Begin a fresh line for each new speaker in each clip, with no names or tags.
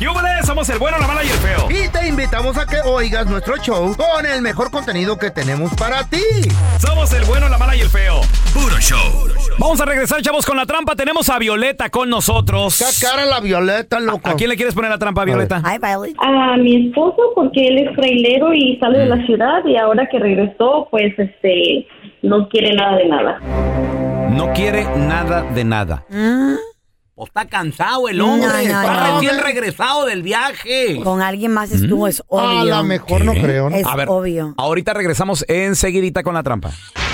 ¡Yúbales! Somos el bueno, la mala y el feo.
Y te invitamos a que oigas nuestro show con el mejor contenido que tenemos para ti.
Somos el bueno, la mala y el feo. Puro show. Vamos a regresar, chavos, con la trampa. Tenemos a Violeta con nosotros.
Qué cara la Violeta, loco.
¿A quién le quieres poner la trampa, Violeta?
Ay, Violet.
A mi esposo porque él es frailero y sale de
Mm.
la ciudad y ahora que regresó pues este no quiere nada de nada.
No quiere nada de nada.
O está cansado el
No,
hombre,
no,
está
no.
recién regresado del viaje. Mm.
Con alguien más estuvo, es obvio.
A lo mejor no
¿Qué?
creo. ¿no?
Es
A ver,
obvio.
ahorita regresamos enseguidita con la trampa.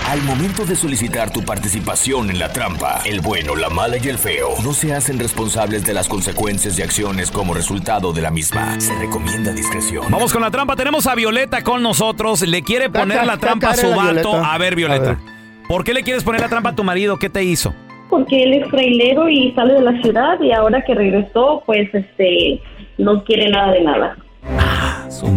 Al momento de solicitar tu participación en la trampa, el bueno, la mala y el feo no se hacen responsables de las consecuencias y acciones como resultado de la misma. Se recomienda discreción.
Vamos con la trampa. Tenemos a Violeta con nosotros. Le quiere
Está
poner
ca-
la
está
trampa a
cara
su
la
vato.
Violeta.
A ver, Violeta.
A ver.
¿Por qué le quieres poner la trampa a tu marido? ¿Qué te hizo?
Porque él es frailero y sale de la ciudad y ahora que regresó pues este no quiere nada de nada.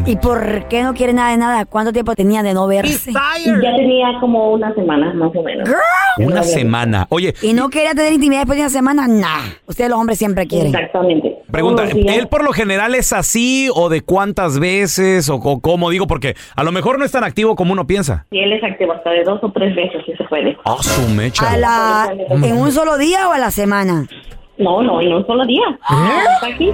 ¿Y por qué no quiere nada de nada? ¿Cuánto tiempo tenía de no verse?
Y ya tenía como una semana más o menos.
Una
Una
semana. Oye,
¿Y no quería tener intimidad después de una semana? Nah. Ustedes los hombres siempre quieren.
Exactamente.
Pregunta,
Todos los días.
¿él por lo general es así o de cuántas veces o, co- cómo digo? Porque a lo mejor no es tan activo como uno piensa.
Sí, él es activo hasta de dos o tres veces si se puede.
Ah, su mecha.
¿A la,
eh,
¿En un solo día o a la semana? ¿Eh?
No, no, en un solo día. Está aquí.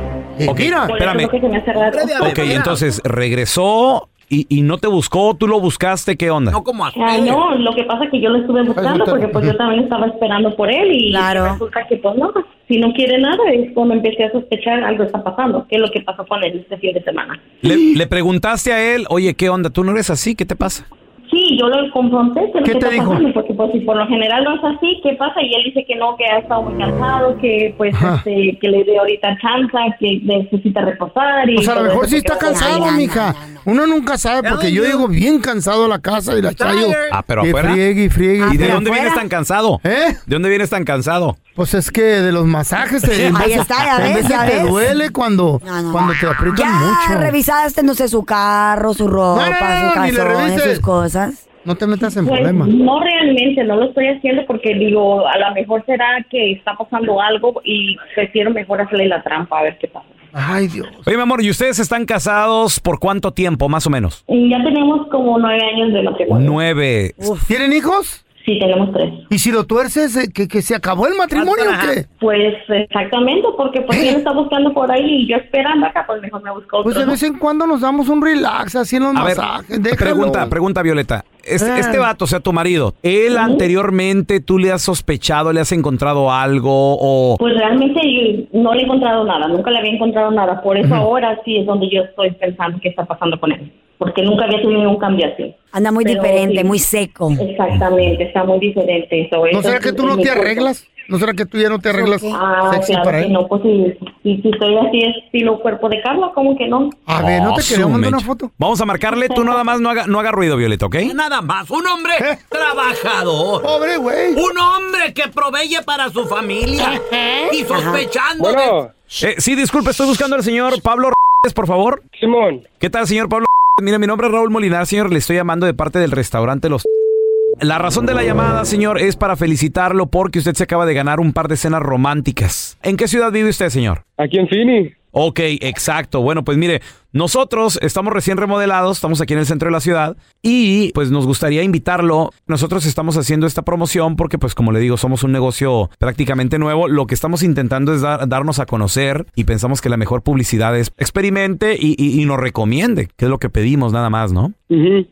Ok, mira,
Por eso es
espérame.
lo que se me hace raro.
Ok, entonces regresó y, y no te buscó, tú lo buscaste, ¿qué onda?
No como así.
Ah, no, lo que pasa es que yo lo estuve buscando
Ay,
porque pues yo también estaba esperando por él y
Claro.
resulta que pues no, si no quiere nada es cuando empecé a sospechar algo está pasando, que es lo que pasó con él este fin de semana.
Le, le preguntaste a él, oye, ¿qué onda? ¿Tú no eres así? ¿Qué te pasa?
Sí, yo lo confronté, ¿qué,
¿Qué
que
te
está
dijo?
pasando? Porque pues si por lo general no es así, ¿qué pasa? Y él dice que no, que ha estado
Ah.
muy cansado, que pues este, que le dé ahorita chance, que necesita reposar y
Pues a lo
todo
mejor
eso
sí
que
está
va a tomar.
cansado,
no, no,
mija.
no, no.
Uno nunca sabe, porque yo llego bien cansado a la casa y la traigo.
Ah, pero
Y
afuera.
friegue y friegue.
Ah,
¿Y de
pero
dónde
afuera.
vienes tan cansado?
¿Eh?
¿De dónde vienes tan cansado?
Pues es que de los masajes te, en
Ahí
veces-
está, ya
en
ves,
veces
ya
te
ves.
duele cuando,
No, no.
cuando te aprietan
¿Ya
mucho.
Ah, revisaste, no sé, su carro, su ropa,
no,
sus
no, ni le
calzones,
revises.
sus cosas?
No te metas en
Pues
problemas.
no realmente, no lo estoy haciendo porque digo, a lo mejor será que está pasando algo y prefiero mejor hacerle la trampa a ver qué pasa.
Ay, Dios.
Oye, mi amor, ¿y ustedes están casados por cuánto tiempo, más o menos?
Y Ya tenemos como nueve años de matrimonio.
Nueve.
¿Tienen hijos?
Sí, tenemos tres.
¿Y si lo tuerces, eh, que, que se acabó el matrimonio o qué? ¿Eh?
Pues exactamente, porque pues él está buscando por ahí y yo esperando acá, pues mejor me busco otro.
Pues de
¿no?
vez en cuando nos damos un relax así en los
A ver,
masajes. déjalo.
pregunta, pregunta Violeta. Este,
Eh.
este vato, o sea, tu marido, ¿él anteriormente tú le has sospechado, le has encontrado algo o...?
Pues realmente yo no le he encontrado nada, nunca le había encontrado nada. Por eso ahora sí es donde yo estoy pensando qué está pasando con él. Porque nunca había tenido un cambio así.
Anda muy
Pero
diferente,
sí.
muy seco.
Exactamente, está muy diferente. eso.
¿No
Eso
será que
es-
tú
es
no
mi
te
cosa.
arreglas? ¿No será que tú ya no te arreglas
Ah,
sexy
claro
para
que
él?
no, pues si, si, si estoy así estilo cuerpo de Carla, ¿cómo que no?
A ver, ¿no
Oh,
te
su
queremos mandar
mecha.
una foto?
Vamos a marcarle, tú nada más no haga, no haga ruido, Violeta, ¿ok?
Nada más, un hombre
¿Eh?
trabajador.
Pobre güey.
Un hombre que provee para su familia.
¿Eh?
Y sospechando de...
Bueno,
Eh, sí, disculpe, estoy buscando al señor Pablo R- por favor.
Simón,
¿Qué tal, señor Pablo? R-? Mira, mi nombre es Raúl Molinar, señor, le estoy llamando de parte del restaurante Los... La razón de la llamada, señor, es para felicitarlo porque usted se acaba de ganar un par de cenas románticas. ¿En qué ciudad vive usted, señor?
aquí en Fini.
Ok, exacto. Bueno, pues mire, Nosotros estamos recién remodelados, estamos aquí en el centro de la ciudad y pues nos gustaría invitarlo. Nosotros estamos haciendo esta promoción porque pues como le digo, somos un negocio prácticamente nuevo. Lo que estamos intentando es dar- darnos a conocer y pensamos que la mejor publicidad es experimente y, y- y nos recomiende, que es lo que pedimos nada más, ¿no?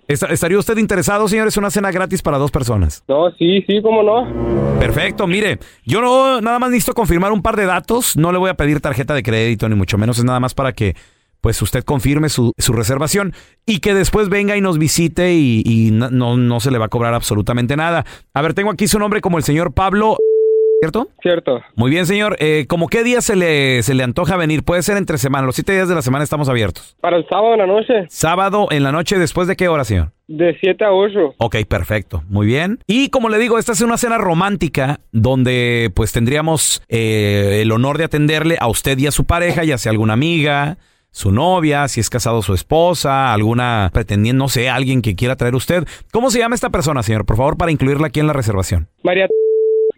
Esta- ¿Estaría usted interesado, señores, en una cena gratis para dos personas?
No, sí, sí, cómo no.
Perfecto, mire, yo no, nada más necesito confirmar un par de datos, no le voy a pedir tarjeta de crédito ni mucho menos, es nada más para que pues usted confirme su, su reservación y que después venga y nos visite y, y no, no- no se le va a cobrar absolutamente nada. A ver, tengo aquí su nombre como el señor Pablo, ¿cierto?
Cierto.
Muy bien, señor. Eh, ¿Cómo qué día se le, se le antoja venir? Puede ser entre semana, los siete días de la semana estamos abiertos.
Para el sábado en la noche,
Sábado en la noche, ¿después de qué hora, señor?
de 7 a 8.
Ok, perfecto. Muy bien. Y como le digo, esta es una cena romántica donde pues tendríamos eh, el honor de atenderle a usted y a su pareja, ya sea alguna amiga, su novia, si es casado su esposa, alguna pretendiente, no sé, alguien que quiera traer usted. ¿Cómo se llama esta persona, señor? Por favor, para incluirla aquí en la reservación.
María.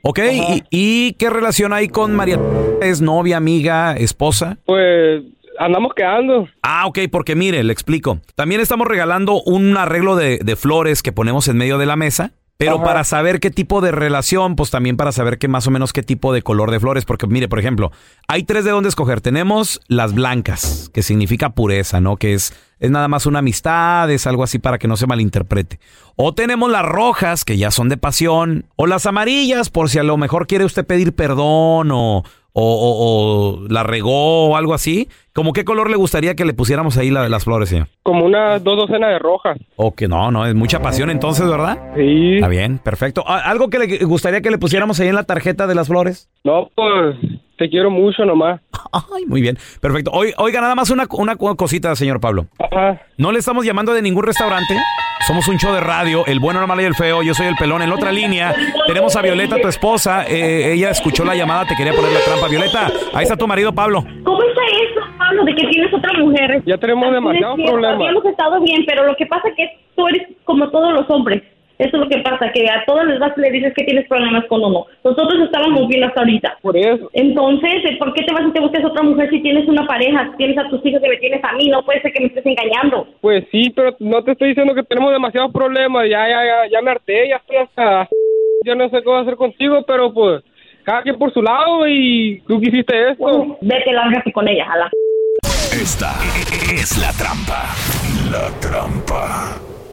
Ok, ¿Y, y qué relación hay con María? ¿Es novia, amiga, esposa?
Pues andamos quedando.
Ah, ok, porque mire, le explico. También estamos regalando un arreglo de, de flores que ponemos en medio de la mesa. Pero
Ajá.
para saber qué tipo de relación, pues también para saber qué más o menos qué tipo de color de flores, porque mire, por ejemplo, hay tres de dónde escoger. Tenemos las blancas, que significa pureza, ¿no? Que es, es nada más una amistad, es algo así para que no se malinterprete. O tenemos las rojas, que ya son de pasión, o las amarillas, por si a lo mejor quiere usted pedir perdón o, o, o- o la regó o algo así. ¿Cómo qué color le gustaría que le pusiéramos ahí la- las flores, señor?
Como unas dos docenas de rojas.
O que no, no, es mucha pasión entonces, ¿verdad?
Sí.
Está bien, perfecto. ¿A- ¿Algo que le gustaría que le pusiéramos ahí en la tarjeta de las flores?
No, pues te quiero mucho nomás.
Ay, muy bien, perfecto. Oi- Oiga, nada más una, una co- cosita, señor Pablo.
Ajá.
No le estamos llamando de ningún restaurante. Somos un show de radio, el bueno, el malo y el feo. Yo soy el pelón. En la otra línea tenemos a Violeta, tu esposa. Eh, ella escuchó la llamada, te quería poner la trampa. Violeta, ahí está tu marido, Pablo.
¿Cómo está eso, Pablo, de que tienes otra mujer?
Ya tenemos demasiados problemas.
Hemos estado bien, pero lo que pasa es que tú eres como todos los hombres. Eso es lo que pasa, que a todos les das, le dices que tienes problemas con uno. Nosotros estábamos bien hasta ahorita.
Por eso.
Entonces, ¿eh, ¿por qué te vas y te buscas otra mujer si tienes una pareja, si tienes a tus hijos y me tienes a mí? No puede ser que me estés engañando.
Pues sí, pero no te estoy diciendo que tenemos demasiados problemas. Ya, ya, ya, ya me harté, ya estoy hasta. Ya no sé qué voy a hacer contigo, pero pues cada quien por su lado y tú quisiste esto.
Vete, lárgate con ella, a la...
Esta es la trampa. La trampa.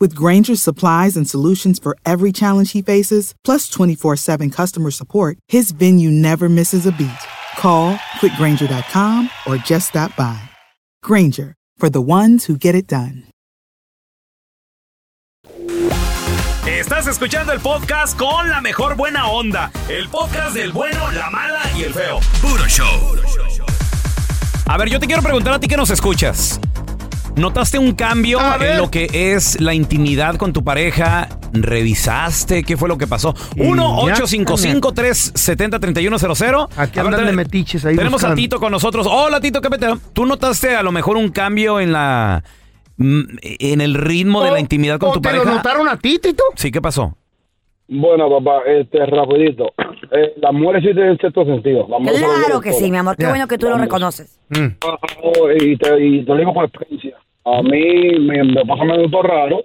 With Granger's supplies and solutions for every challenge he faces, plus 24 7 customer support, his venue never misses a beat. Call quickgranger.com or just stop by. Granger, for the ones who get it done.
Estás escuchando el podcast con la mejor buena onda. El podcast del bueno, la mala y el feo.
Puro show.
A ver, yo te quiero preguntar a ti que nos escuchas. ¿Notaste un cambio en lo que es la intimidad con tu pareja? ¿Revisaste qué fue lo que pasó?
ya,
1-855-370-3100.
Aquí
A ver,
andan de
ten-
metiches ahí
Tenemos a
buscando.
Tito con nosotros. Hola, Tito, ¿qué peteo? ¿Tú notaste a lo mejor un cambio en la. mm, en el ritmo
Oh,
de la intimidad con
o
tu
te lo
pareja?
notaron a ti, Tito?
Sí, ¿qué pasó?
Bueno, papá, este, rapidito. Eh, el amor existe en cierto sentido. El amor
Claro
solo
que
viene
sí,
solo.
mi amor. Qué bueno que tú lo
Vamos.
reconoces.
Ah, ah, y, te, y te lo digo por experiencia. A mí me, me pasa menudo raro.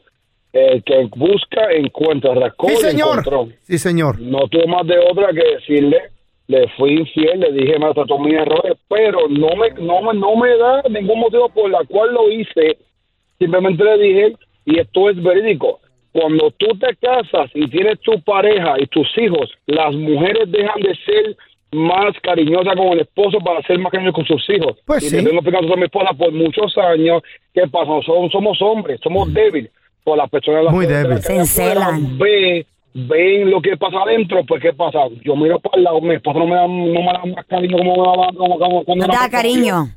El que busca, encuentra. Rascó
Sí,
y
señor.
encontró.
Sí, señor.
No tuve más de otra que decirle, le fui infiel, le dije, me trató mis errores, pero no me, no, me- no me da ningún motivo por la cual lo hice. Simplemente le dije, y esto es verídico, Cuando tú te casas y tienes tu pareja y tus hijos, las mujeres dejan de ser más cariñosas con el esposo para ser más cariñosas con sus hijos.
Pues
y
sí.
le tengo explicando a mi esposa por muchos años que pasó, Son- somos hombres, somos débiles. Por las personas las
Mm. Muy
personas
débiles.
que hay
Se
afuera
encelan.
Ven, ven lo que pasa adentro, pues ¿qué pasa? Yo miro para el lado, mi esposa no me da, no me da más cariño como me daba como, como, cuando
No te
era
da
más
cariño.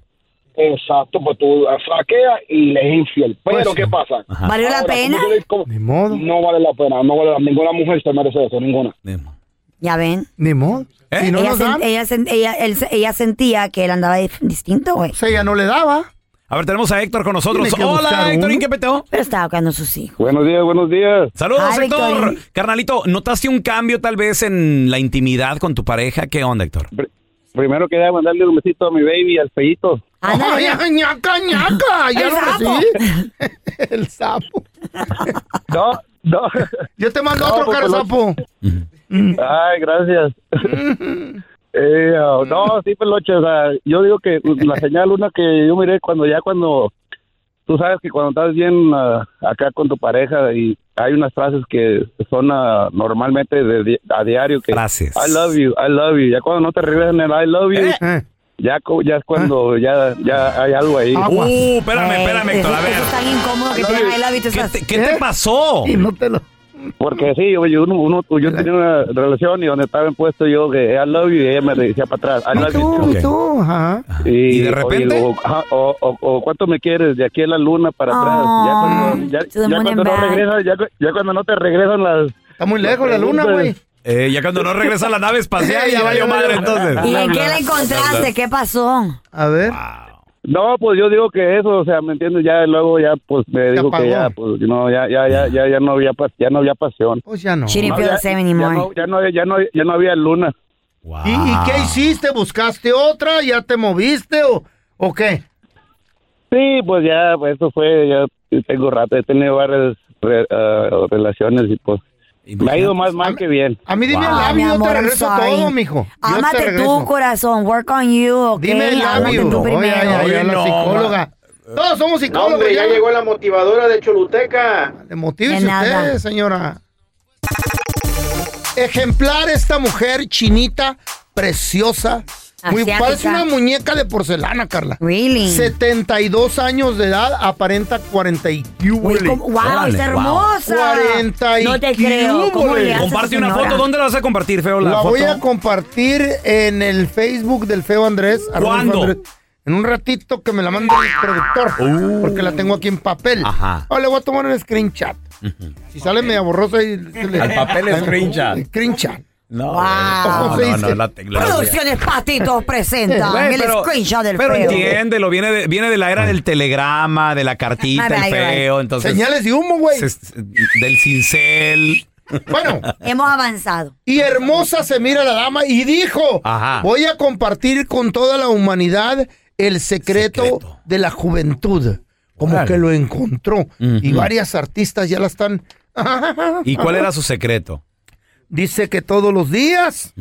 Exacto, pues tú flaqueas y le es infiel. Pero, ¿qué pasa?
¿Valió la pena?
¿cómo yo le- cómo- No vale la pena, no vale la Ninguna mujer se merece eso, ninguna.
Ya ven.
Ni modo.
¿Eh?
Si no
ella,
nos
sen-
dan,
ella sen- ella- él se- ella sentía que él andaba dif- distinto, güey.
ella no le daba.
A ver, tenemos a Héctor con nosotros.
Tiene que
Hola,
buscar
Héctor, ¿y
uno.
qué peteo?
Pero estaba buscando a sus hijos.
Buenos días, buenos días.
Saludos,
Hi,
Héctor.
Victorín.
Carnalito, ¿notaste un cambio tal vez en la intimidad con tu pareja? ¿Qué onda, Héctor?
Primero quería mandarle un besito a mi baby, al pellito.
Ay, ay, ñaca, ñaca, ya
El
lo
sapo.
recibí. El sapo.
No, no.
Yo te mando
No,
otro,
pues,
cara
pues,
sapo.
Ay, gracias. Eh, ah, no, sí, Peloche, o sea, yo digo que la señal una que yo miré cuando ya cuando, tú sabes que cuando estás bien ah, acá con tu pareja y hay unas frases que son ah, normalmente de di- a diario que
frases.
I love you, I love you. Ya cuando no te regresan el I love you,
Eh.
ya, co- ya es cuando ya, ya hay algo ahí.
Uh, espérame, espérame, Héctor.
Eh,
A
Eso
ver.
es tan incómodo que te
eh,
haga el hábito. esas-
¿Qué te pasó?
Porque sí, oye, uno, uno, yo tenía una relación y donde estaba impuesto yo que I love you y ella me decía para atrás, I love you too.
Tú, ajá.
Y,
de repente?
oye, O, ajá, o- o- o cuánto me quieres de aquí a la luna para atrás. Ya
Ah,
cuando, ya,
Ah, to the
ya
moon
cuando
and
no
back.
regresan, ya, cu- ya cuando no te regresan las.
Está muy lejos la luna, güey.
pues,
Eh, ya cuando no regresa la nave espacial, ya
Ya valió
valió madre
madre.
entonces.
¿Y en qué la encontraste? ¿Qué pasó?
A ver.
No, pues yo digo que eso, o sea, ¿me entiendes? Ya luego ya pues me dijo
apagó.
que ya pues no, ya ya ya ya, ya no había pas- ya no había pasión.
Pues ya no.
She didn't feel the same anymore. Ya no ya no ya no había luna.
¿Y, y
Ah.
qué hiciste? ¿Buscaste otra? ¿Ya te moviste o, o qué?
Sí, pues ya, pues eso fue, ya tengo rato, he tenido varias re- ah, relaciones y pues me ha ido más mal que bien.
A mí dime el
Ay, mi
labio, yo
amor,
te
I'm
regreso
sorry.
todo, mijo. Yo te
Ámate
regreso.
tú, corazón. Work on you, ¿ok?
Dime el
Ámate
labio.
tú
Oye,
primero.
ay, ay, ay, la psicóloga. Todos somos psicólogos. ya. llegó la motivadora de Choluteca.
De
Motívese
nada.
usted, señora. Ejemplar esta mujer chinita, preciosa. Muy,
Asiática.
parece una muñeca de porcelana, Carla.
Really?
72 años de edad, aparenta 40 y
Uy, cómo- wow,
Órale, está wow. hermosa.
40 y
No te creo, ¿cómo
cúbole.
le haces
Comparte una foto. ¿Dónde la vas a compartir, feo? La,
La
foto.
voy a compartir en el Facebook del Feo Andrés. arroba
¿Cuándo?
Feo Andrés. En un ratito que me la mande el productor. Porque la tengo aquí en papel.
Uh. Ajá.
O le voy a tomar el screenshot. Si sale media borrosa y...
Al papel es screenshot.
Screenshot.
No,
Wow. Ah.
no, no, no, la tecnología.
Producciones Patitos presenta
Güey,
el screenshot del
pero
feo.
entiéndelo, viene de, viene de la era del telegrama, de la cartita,
Ay,
el
ay, ay.
feo, entonces...
Señales de humo, güey.
se- Del cincel.
Bueno.
Hemos avanzado.
Y hermosa se mira la dama y dijo,
Ajá.
voy a compartir con toda la humanidad el secreto, de la juventud. Como
Órale.
que lo encontró. Y
Ujú.
varias artistas ya la están...
¿Y cuál era su secreto?
Dice que todos los días...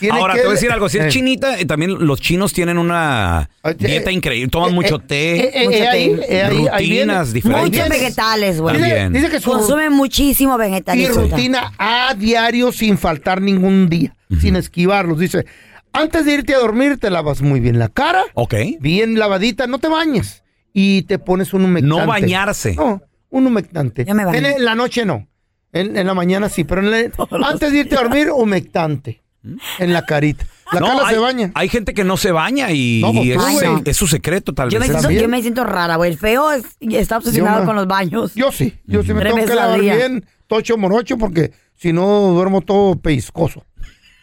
tiene
Ahora,
que-
te voy a decir algo. Si
Eh. Ah,
es chinita, eh, también los chinos tienen una dieta increíble. Toman mucho té,
eh, eh,
Mucho
eh, ahí,
té.
eh, ahí, ahí viene.
rutinas
Muchos
diferentes.
vegetales, güey.
También. Dice- dice que su-
Consumen muchísimo
y
vegetales.
rutina a diario sin faltar ningún día, sin esquivarlos. Dice, antes de irte a dormir te lavas muy bien la cara,
Ok.
bien lavadita, no te bañes y te pones un humectante.
No bañarse.
No, un humectante.
me baño.
En, en la noche no, en, en la mañana sí, pero en la- antes de irte a dormir humectante
¿Mm?
en la carita. La
No,
cara
hay,
se baña.
Hay gente que no se baña y,
No, pues
y
tú,
es,
güey.
es su secreto, tal
Yo me,
vez.
siento,
También.
yo me siento rara, güey. El feo es- está obsesionado
ma-
con los baños.
Yo sí, yo sí me
Tres
tengo
veces
que
al
lavar
día.
bien, tocho morocho, porque si no duermo todo pellizcoso,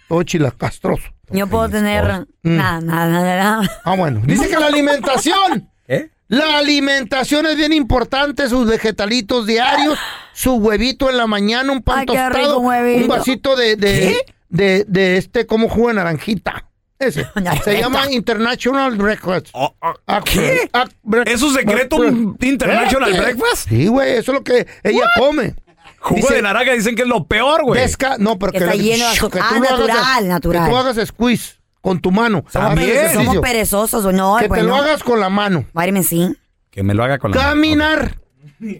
todo chilacastroso.
Yo puedo tener nada, nada, nada, nada.
Mm. Ah, bueno. Dice que la alimentación.
¿Eh?
La alimentación es bien importante, sus vegetalitos diarios, su huevito en la mañana, un pan
Ay, qué rico
tostado,
huevito.
un vasito de, de, de, de este, ¿cómo juega naranjita? Ese. Se llama International Ah, Breakfast.
Oh, ¿Qué? ¿Es un secreto un
ah,
International Breakfast?
Sí, güey, eso es lo que ella come.
Jugo
Dice-
de naranja dicen que es lo peor, güey.
Pesca, no, porque
Que está lleno de azúcar. Ah, natural, natural.
Que tú hagas squeeze con tu mano.
También.
Hagas ejercicio.
Somos perezosos, güey. No,
que
pues
te
no.
lo hagas con la mano.
Márime, sí.
Que me lo haga con la
Caminar.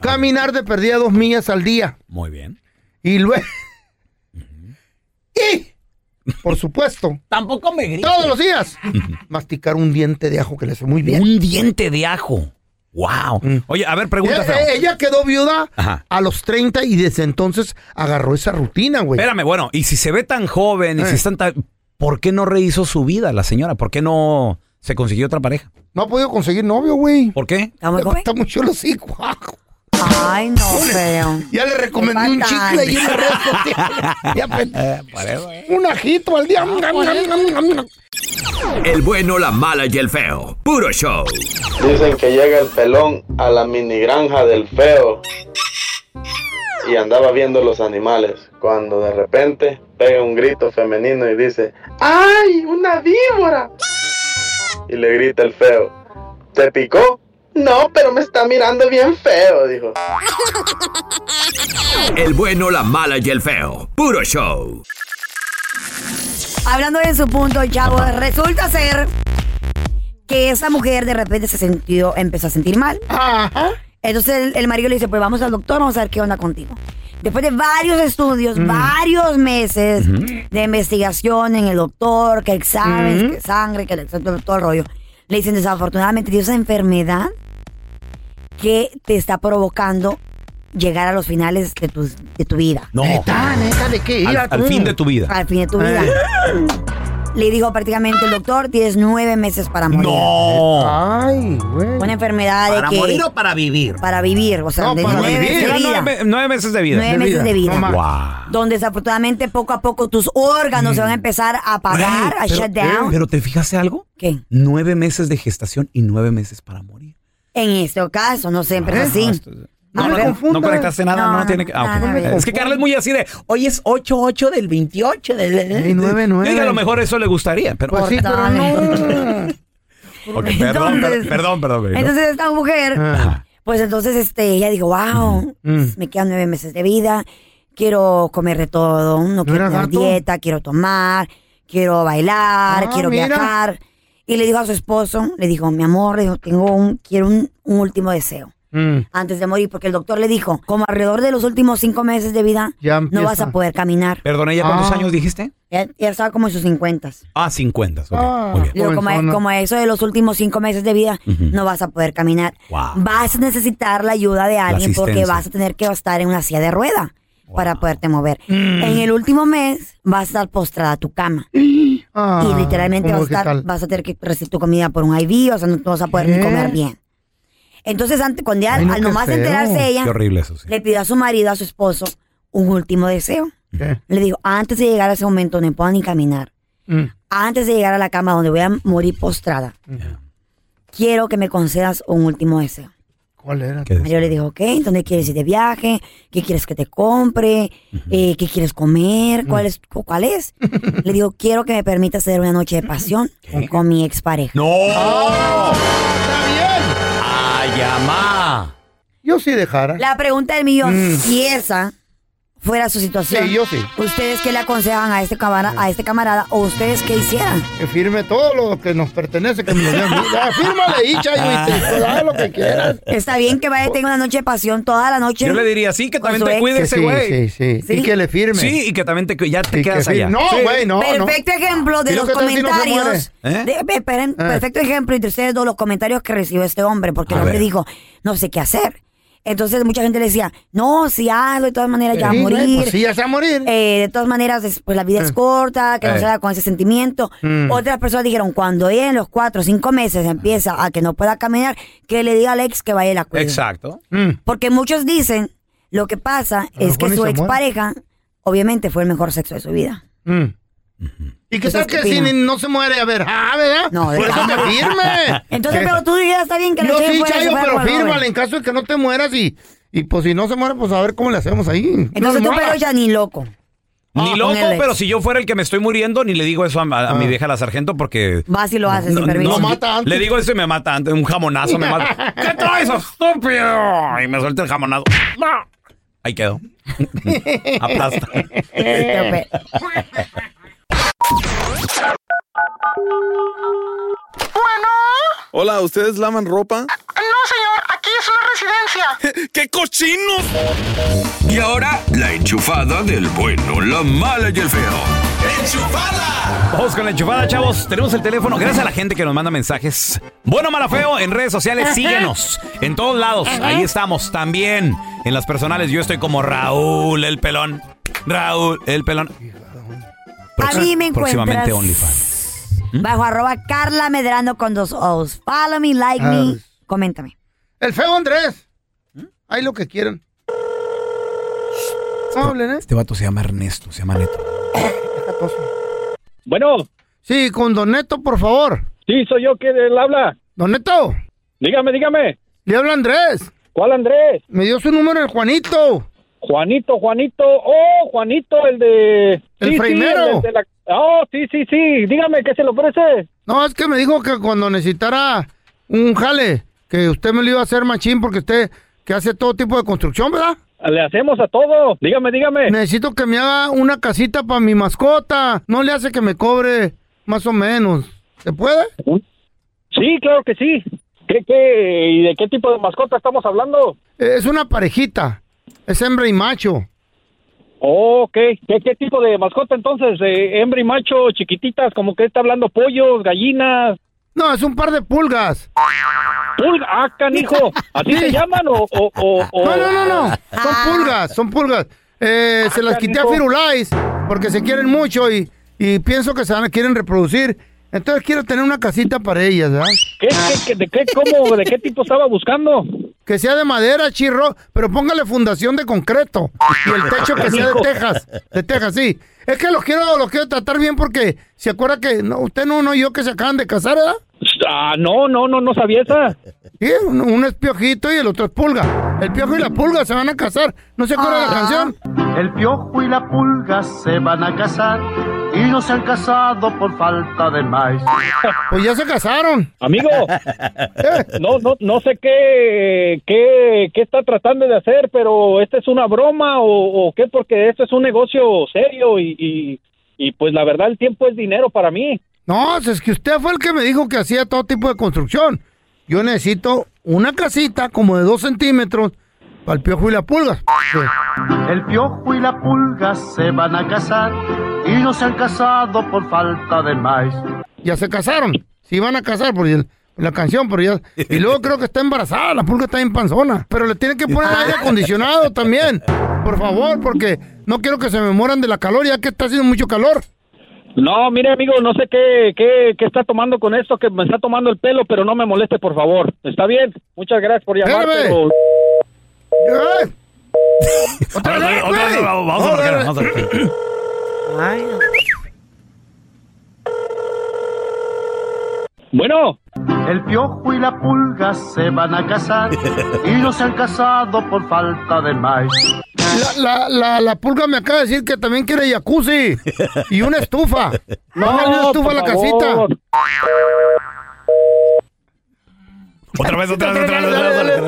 Caminar de perdida dos millas al día.
Muy bien.
Y luego. Y, por supuesto,
Tampoco me grites.
todos los días, masticar un diente de ajo que le hace muy bien.
Un diente de ajo. ¡Wow! Oye, a ver,
Eh,
pregunta, feo.
ella quedó viuda
Ajá.
a los 30 y desde entonces agarró esa rutina, güey.
Espérame, bueno, y si se ve tan joven, y si es tan... tan- ¿Por qué no rehizo su vida la señora? ¿Por qué no se consiguió otra pareja?
No ha podido conseguir novio, güey.
¿Por qué?
Le falta mucho el hocico.
Ay, no, feo.
Ya le recomendé un
fatal.
chicle y una red social. Ya
Ah,
apenas-
eh,
un ajito al
Ah,
día.
El bueno, la mala y el feo. Puro show.
Dicen que llega el pelón a la mini granja del feo y andaba viendo los animales cuando de repente pega un grito femenino y dice ¡Ay, una víbora! y le grita el feo ¿Te picó? No, pero me está mirando bien feo, dijo.
El bueno, la mala y el feo. Puro show.
Hablando de su punto, chavo, resulta ser que esa mujer de repente se sintió, empezó a sentir mal. Entonces el, el marido le dice, pues vamos al doctor, vamos a ver qué onda contigo. Después de varios estudios, varios meses de investigación en el doctor, que exámenes, que sangre, que el, todo, todo el rollo, le dicen desafortunadamente tienes esa enfermedad que te está provocando llegar a los finales de tu, de tu vida.
No.
Neta, neta, ¿de qué?
Al-
Ira,
al
tú.
fin de tu vida.
Al fin de tu vida. Le dijo prácticamente el doctor, tienes nueve meses para morir.
¡No!
Ay, güey.
Una enfermedad de
¿Para
que...
morir o para vivir?
Para vivir, o sea,
No,
de
para
nueve
vivir.
meses de
Era
vida.
Nueve, me- nueve meses de vida.
Nueve meses de vida.
Guau.
Donde desafortunadamente poco a poco tus órganos se van a empezar a apagar, a
Pero- eh,
shut down.
Pero ¿te fijaste algo?
¿Qué?
Nueve meses de gestación y nueve meses para morir.
En este caso, no siempre es así.
No,
Ah,
no,
pero-
no, no conectaste nada, no, no tiene que. ah, ok. es que Carla es muy así de. Hoy es 8-8 del 28. Del,
nueve.
Diga, a lo mejor eso le gustaría, pero.
Pues sí, pero no.
Ok, perdón,
Entonces-
per- perdón, perdón, perdón.
Entonces esta mujer,
Ajá.
pues entonces este, ella dijo, wow, me quedan nueve meses de vida, quiero comer de todo, no quiero
era
tener
gato?
dieta, quiero tomar, quiero bailar,
Ah,
quiero
mira.
viajar. Y le dijo a su esposo, le dijo, mi amor, le dijo, tengo un, quiero un, un último deseo antes de morir, porque el doctor le dijo, como alrededor de los últimos cinco meses de vida,
Ya
no
empieza.
vas a poder caminar.
Perdón, ¿ella cuántos
Ah.
años dijiste?
Ella, ella estaba como en sus cincuentas.
Ah, 50. ok,
Oh,
Ah.
muy bien.
Luego, como, e,
Comenzona.
como eso de los últimos cinco meses de vida, no vas a poder caminar. Vas a necesitar la ayuda de alguien porque
asistencia.
vas a tener que estar en una silla de rueda para poderte mover.
Mm.
En el último mes vas a estar postrada a tu cama. y literalmente
Ah, ¿cómo
vas
qué
a, estar-
tal?
vas a tener que recibir tu comida por un IV, o sea, no te vas a poder ni
¿Qué?
comer bien. Entonces, antes, cuando ya,
Ay, no,
al
qué
nomás
feo.
enterarse ella,
Qué horrible eso, sí.
le pidió a su marido, a su esposo, un último deseo. Le dijo, antes de llegar a ese momento donde pueda ni caminar, antes de llegar a la cama donde voy a morir postrada, quiero que me concedas un último deseo.
¿Cuál era?
Yo le dijo, ok, ¿dónde quieres ir de viaje? ¿Qué quieres que te compre? Eh, ¿Qué quieres comer? ¿Cuál es? cu- ¿Cuál es? le digo, quiero que me permitas tener una noche de pasión con mi expareja. Oh.
¡No!
¡Ay,
amá!
Yo sí dejara.
La pregunta del millón,
Mm.
si esa fuera su situación,
Sí, yo sí.
¿ustedes qué le aconsejan a este, camara- a este camarada o ustedes qué hicieran?
Que firme todo lo que nos pertenece, que me lo den. Ya, Fírmale ahí, Chayo, y te te da lo que quieras.
Está bien que vaya y tenga una noche de pasión toda la noche.
Eh, Yo le diría, sí, que
con
también
su
te
ex.
cuide ese güey.
sí,
Sí. Y que le firme.
Sí, y que también te, cu- ya te
Y que
quedas
firme.
allá.
No,
Sí.
güey, no, Oh, no.
perfecto ejemplo de
¿Y lo
los
que tal si no se
comentarios.
muere? ¿Eh?
de- eh, esperen, Perfecto ejemplo entre ustedes dos, los comentarios que recibió este hombre, porque
A
el hombre
ver.
dijo, no sé qué hacer. Entonces mucha gente le decía, no, si hazlo, de todas maneras ya va a
Sí, güey,
morir.
pues sí, ya se va a morir.
Eh, de todas maneras, es- pues la vida es
Eh.
corta, que no
Eh.
se haga con ese sentimiento.
Mm.
Otras personas dijeron, cuando ella en los cuatro o cinco meses empieza a que no pueda caminar, que le diga al ex que vaya a la cuida.
Exacto.
Mm.
Porque muchos dicen, lo que pasa es
mejor
que
ni
su
se muere.
expareja, obviamente, fue el mejor sexo de su vida.
Mm. ¿Y qué tal
¿qué
que si
opinan?
ni- no se muere? A ver, ah, ¿verdad?
No, de
Por eso
verdad.
que firme.
Entonces,
Que-
pero tú dirías, está bien que la
Yo
chica
sí,
fuera
Chayo,
se fuera
pero
con el
fírmale
hombre.
en caso de que no te mueras y, y pues si no se muere, pues a ver cómo le hacemos ahí.
Entonces
No
tú,
se muera.
pero ya ni loco.
Ni
Ah,
loco,
con el ex.
pero si yo fuera el que me estoy muriendo, ni le digo eso a, a
Ah.
mi vieja la sargento porque.
Vas y lo haces sin permiso. Lo mata antes.
Le digo eso y me mata antes. Un jamonazo me mata. ¿Qué traes, estúpido? Y me suelta el jamonazo. Ahí quedó. Aplasta.
Eh. Bueno,
Hola, ¿ustedes lavan ropa?
no señor, aquí es una residencia.
¿Qué
qué cochinos! Y ahora, la enchufada del bueno, la mala y el feo.
Vamos con la enchufada, chavos. Tenemos el teléfono. Gracias a la gente que nos manda mensajes. Bueno, mala, feo, en redes sociales,
Ajá.
síguenos. En todos lados,
Ajá.
ahí estamos. También en las personales, yo estoy como Raúl el pelón. Raúl el pelón.
A mí me
Próximamente ¿Mm?
encuentras
OnlyFans.
bajo arroba Carla Medrano con dos O's. Follow me, like me,
Ah.
coméntame.
El feo Andrés. Hay lo que quieran. No hablen, ¿eh?
Este vato se llama Ernesto, se llama Neto.
Bueno. Sí, con Don Neto, por favor. Sí, soy yo quien le habla. Don Neto. Dígame, dígame. Le habla Andrés. ¿Cuál Andrés? Me dio su número el Juanito. Juanito, Juanito. Oh, Juanito, el de... El
Sí, sí,
primero.
el de la-
Oh, sí, sí, sí. Dígame, ¿qué se le ofrece? No, es que me dijo que cuando necesitara un jale, que usted me lo iba a hacer machín porque usted que hace todo tipo de construcción, ¿verdad? Le hacemos a todo. Dígame, dígame. Necesito que me haga una casita para mi mascota. No le hace que me cobre más o menos. ¿Se puede? Sí, claro que sí. ¿Qué, qué, ¿Y de qué tipo de mascota estamos hablando? Es una parejita. Es hembra y macho.
Oh, ok. ¿Qué, qué tipo de mascota entonces? Eh, hembra y macho, chiquititas, como que está hablando pollos, gallinas.
No, es un par de pulgas.
Pulga, ah, canijo. ¿Así
Sí.
se llaman o, o, o- o-
No, no, no, no. Son pulgas, son pulgas. Eh, se las quité a
canijo.
Firulais porque se quieren mucho y, y pienso que se van, quieren reproducir. Entonces quiero tener una casita para ellas, ¿verdad? ¿Qué, de, qué, ¿Cómo? ¿De qué tipo estaba buscando? Que sea de madera, chirro, pero póngale fundación de concreto. Y el techo que sea de
Canijo.
Texas. De Texas, sí. Es que los quiero, los quiero tratar bien porque se acuerda que no, usted no, no, yo que se acaban de casar, ¿verdad? Ah, no, no, no, no sabía esa. Sí, uno, uno es piojito y el otro es pulga. El piojo y la pulga se van a casar. ¿No se acuerda de la canción? Ah. El piojo y la pulga se van a casar y no se han casado por falta de maíz. Pues ya se casaron.
Amigo, no, no, no sé qué, qué, qué está tratando de hacer, pero ¿esta es una broma o, o qué? Porque esto es un negocio serio y, y, y, pues la verdad el tiempo es dinero para mí.
No, si es que usted fue el que me dijo que hacía todo tipo de construcción. Yo necesito una casita como de dos centímetros para el piojo y la pulga. El piojo y la pulga se van a casar y no se han casado por falta de maíz. Ya se casaron, sí van a casar por el- por la canción, pero ya... Y luego creo que está embarazada, la pulga está en panzona. Pero le tienen que poner aire acondicionado también, por favor, porque no quiero que se me mueran de la calor, ya que está haciendo mucho calor.
No, mire amigo, no sé qué, qué, qué está tomando con esto, que me está tomando el pelo, pero no me moleste, por favor. ¿Está bien? Muchas gracias por llamar.
Espérame.
pero-
Otra vez, otra vez, vamos vamos a marcar, vamos a marcar.
Bueno.
El piojo y la pulga se van a casar y no se han casado por falta de maíz. La, la, la, la pulga me acaba de decir que también quiere jacuzzi y una estufa. No, una estufa a la
por
casita.
favor.
Otra vez, otra vez, otra vez, otra vez,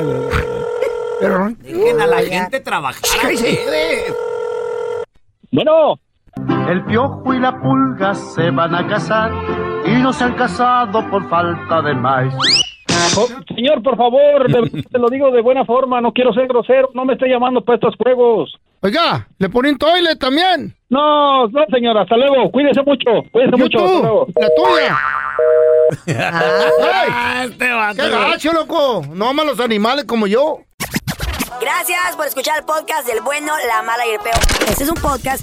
otra vez.
Dejen a la gente trabajar.
Bueno.
El piojo y la pulga se van a casar y no se han casado por falta de maíz.
Co- Señor, por favor, de- te lo digo de buena forma, no quiero ser grosero, no me esté llamando para estos juegos.
Oiga, ¿le ponen toile también?
No, no, señora, hasta luego, cuídese mucho, cuídese mucho, hasta luego.
¡La tuya!
Ah,
¡Ay!
este
¡Qué
vato.
gacho, loco! No aman los animales como yo.
Gracias por escuchar el podcast del bueno, la mala y el peor. Este es un podcast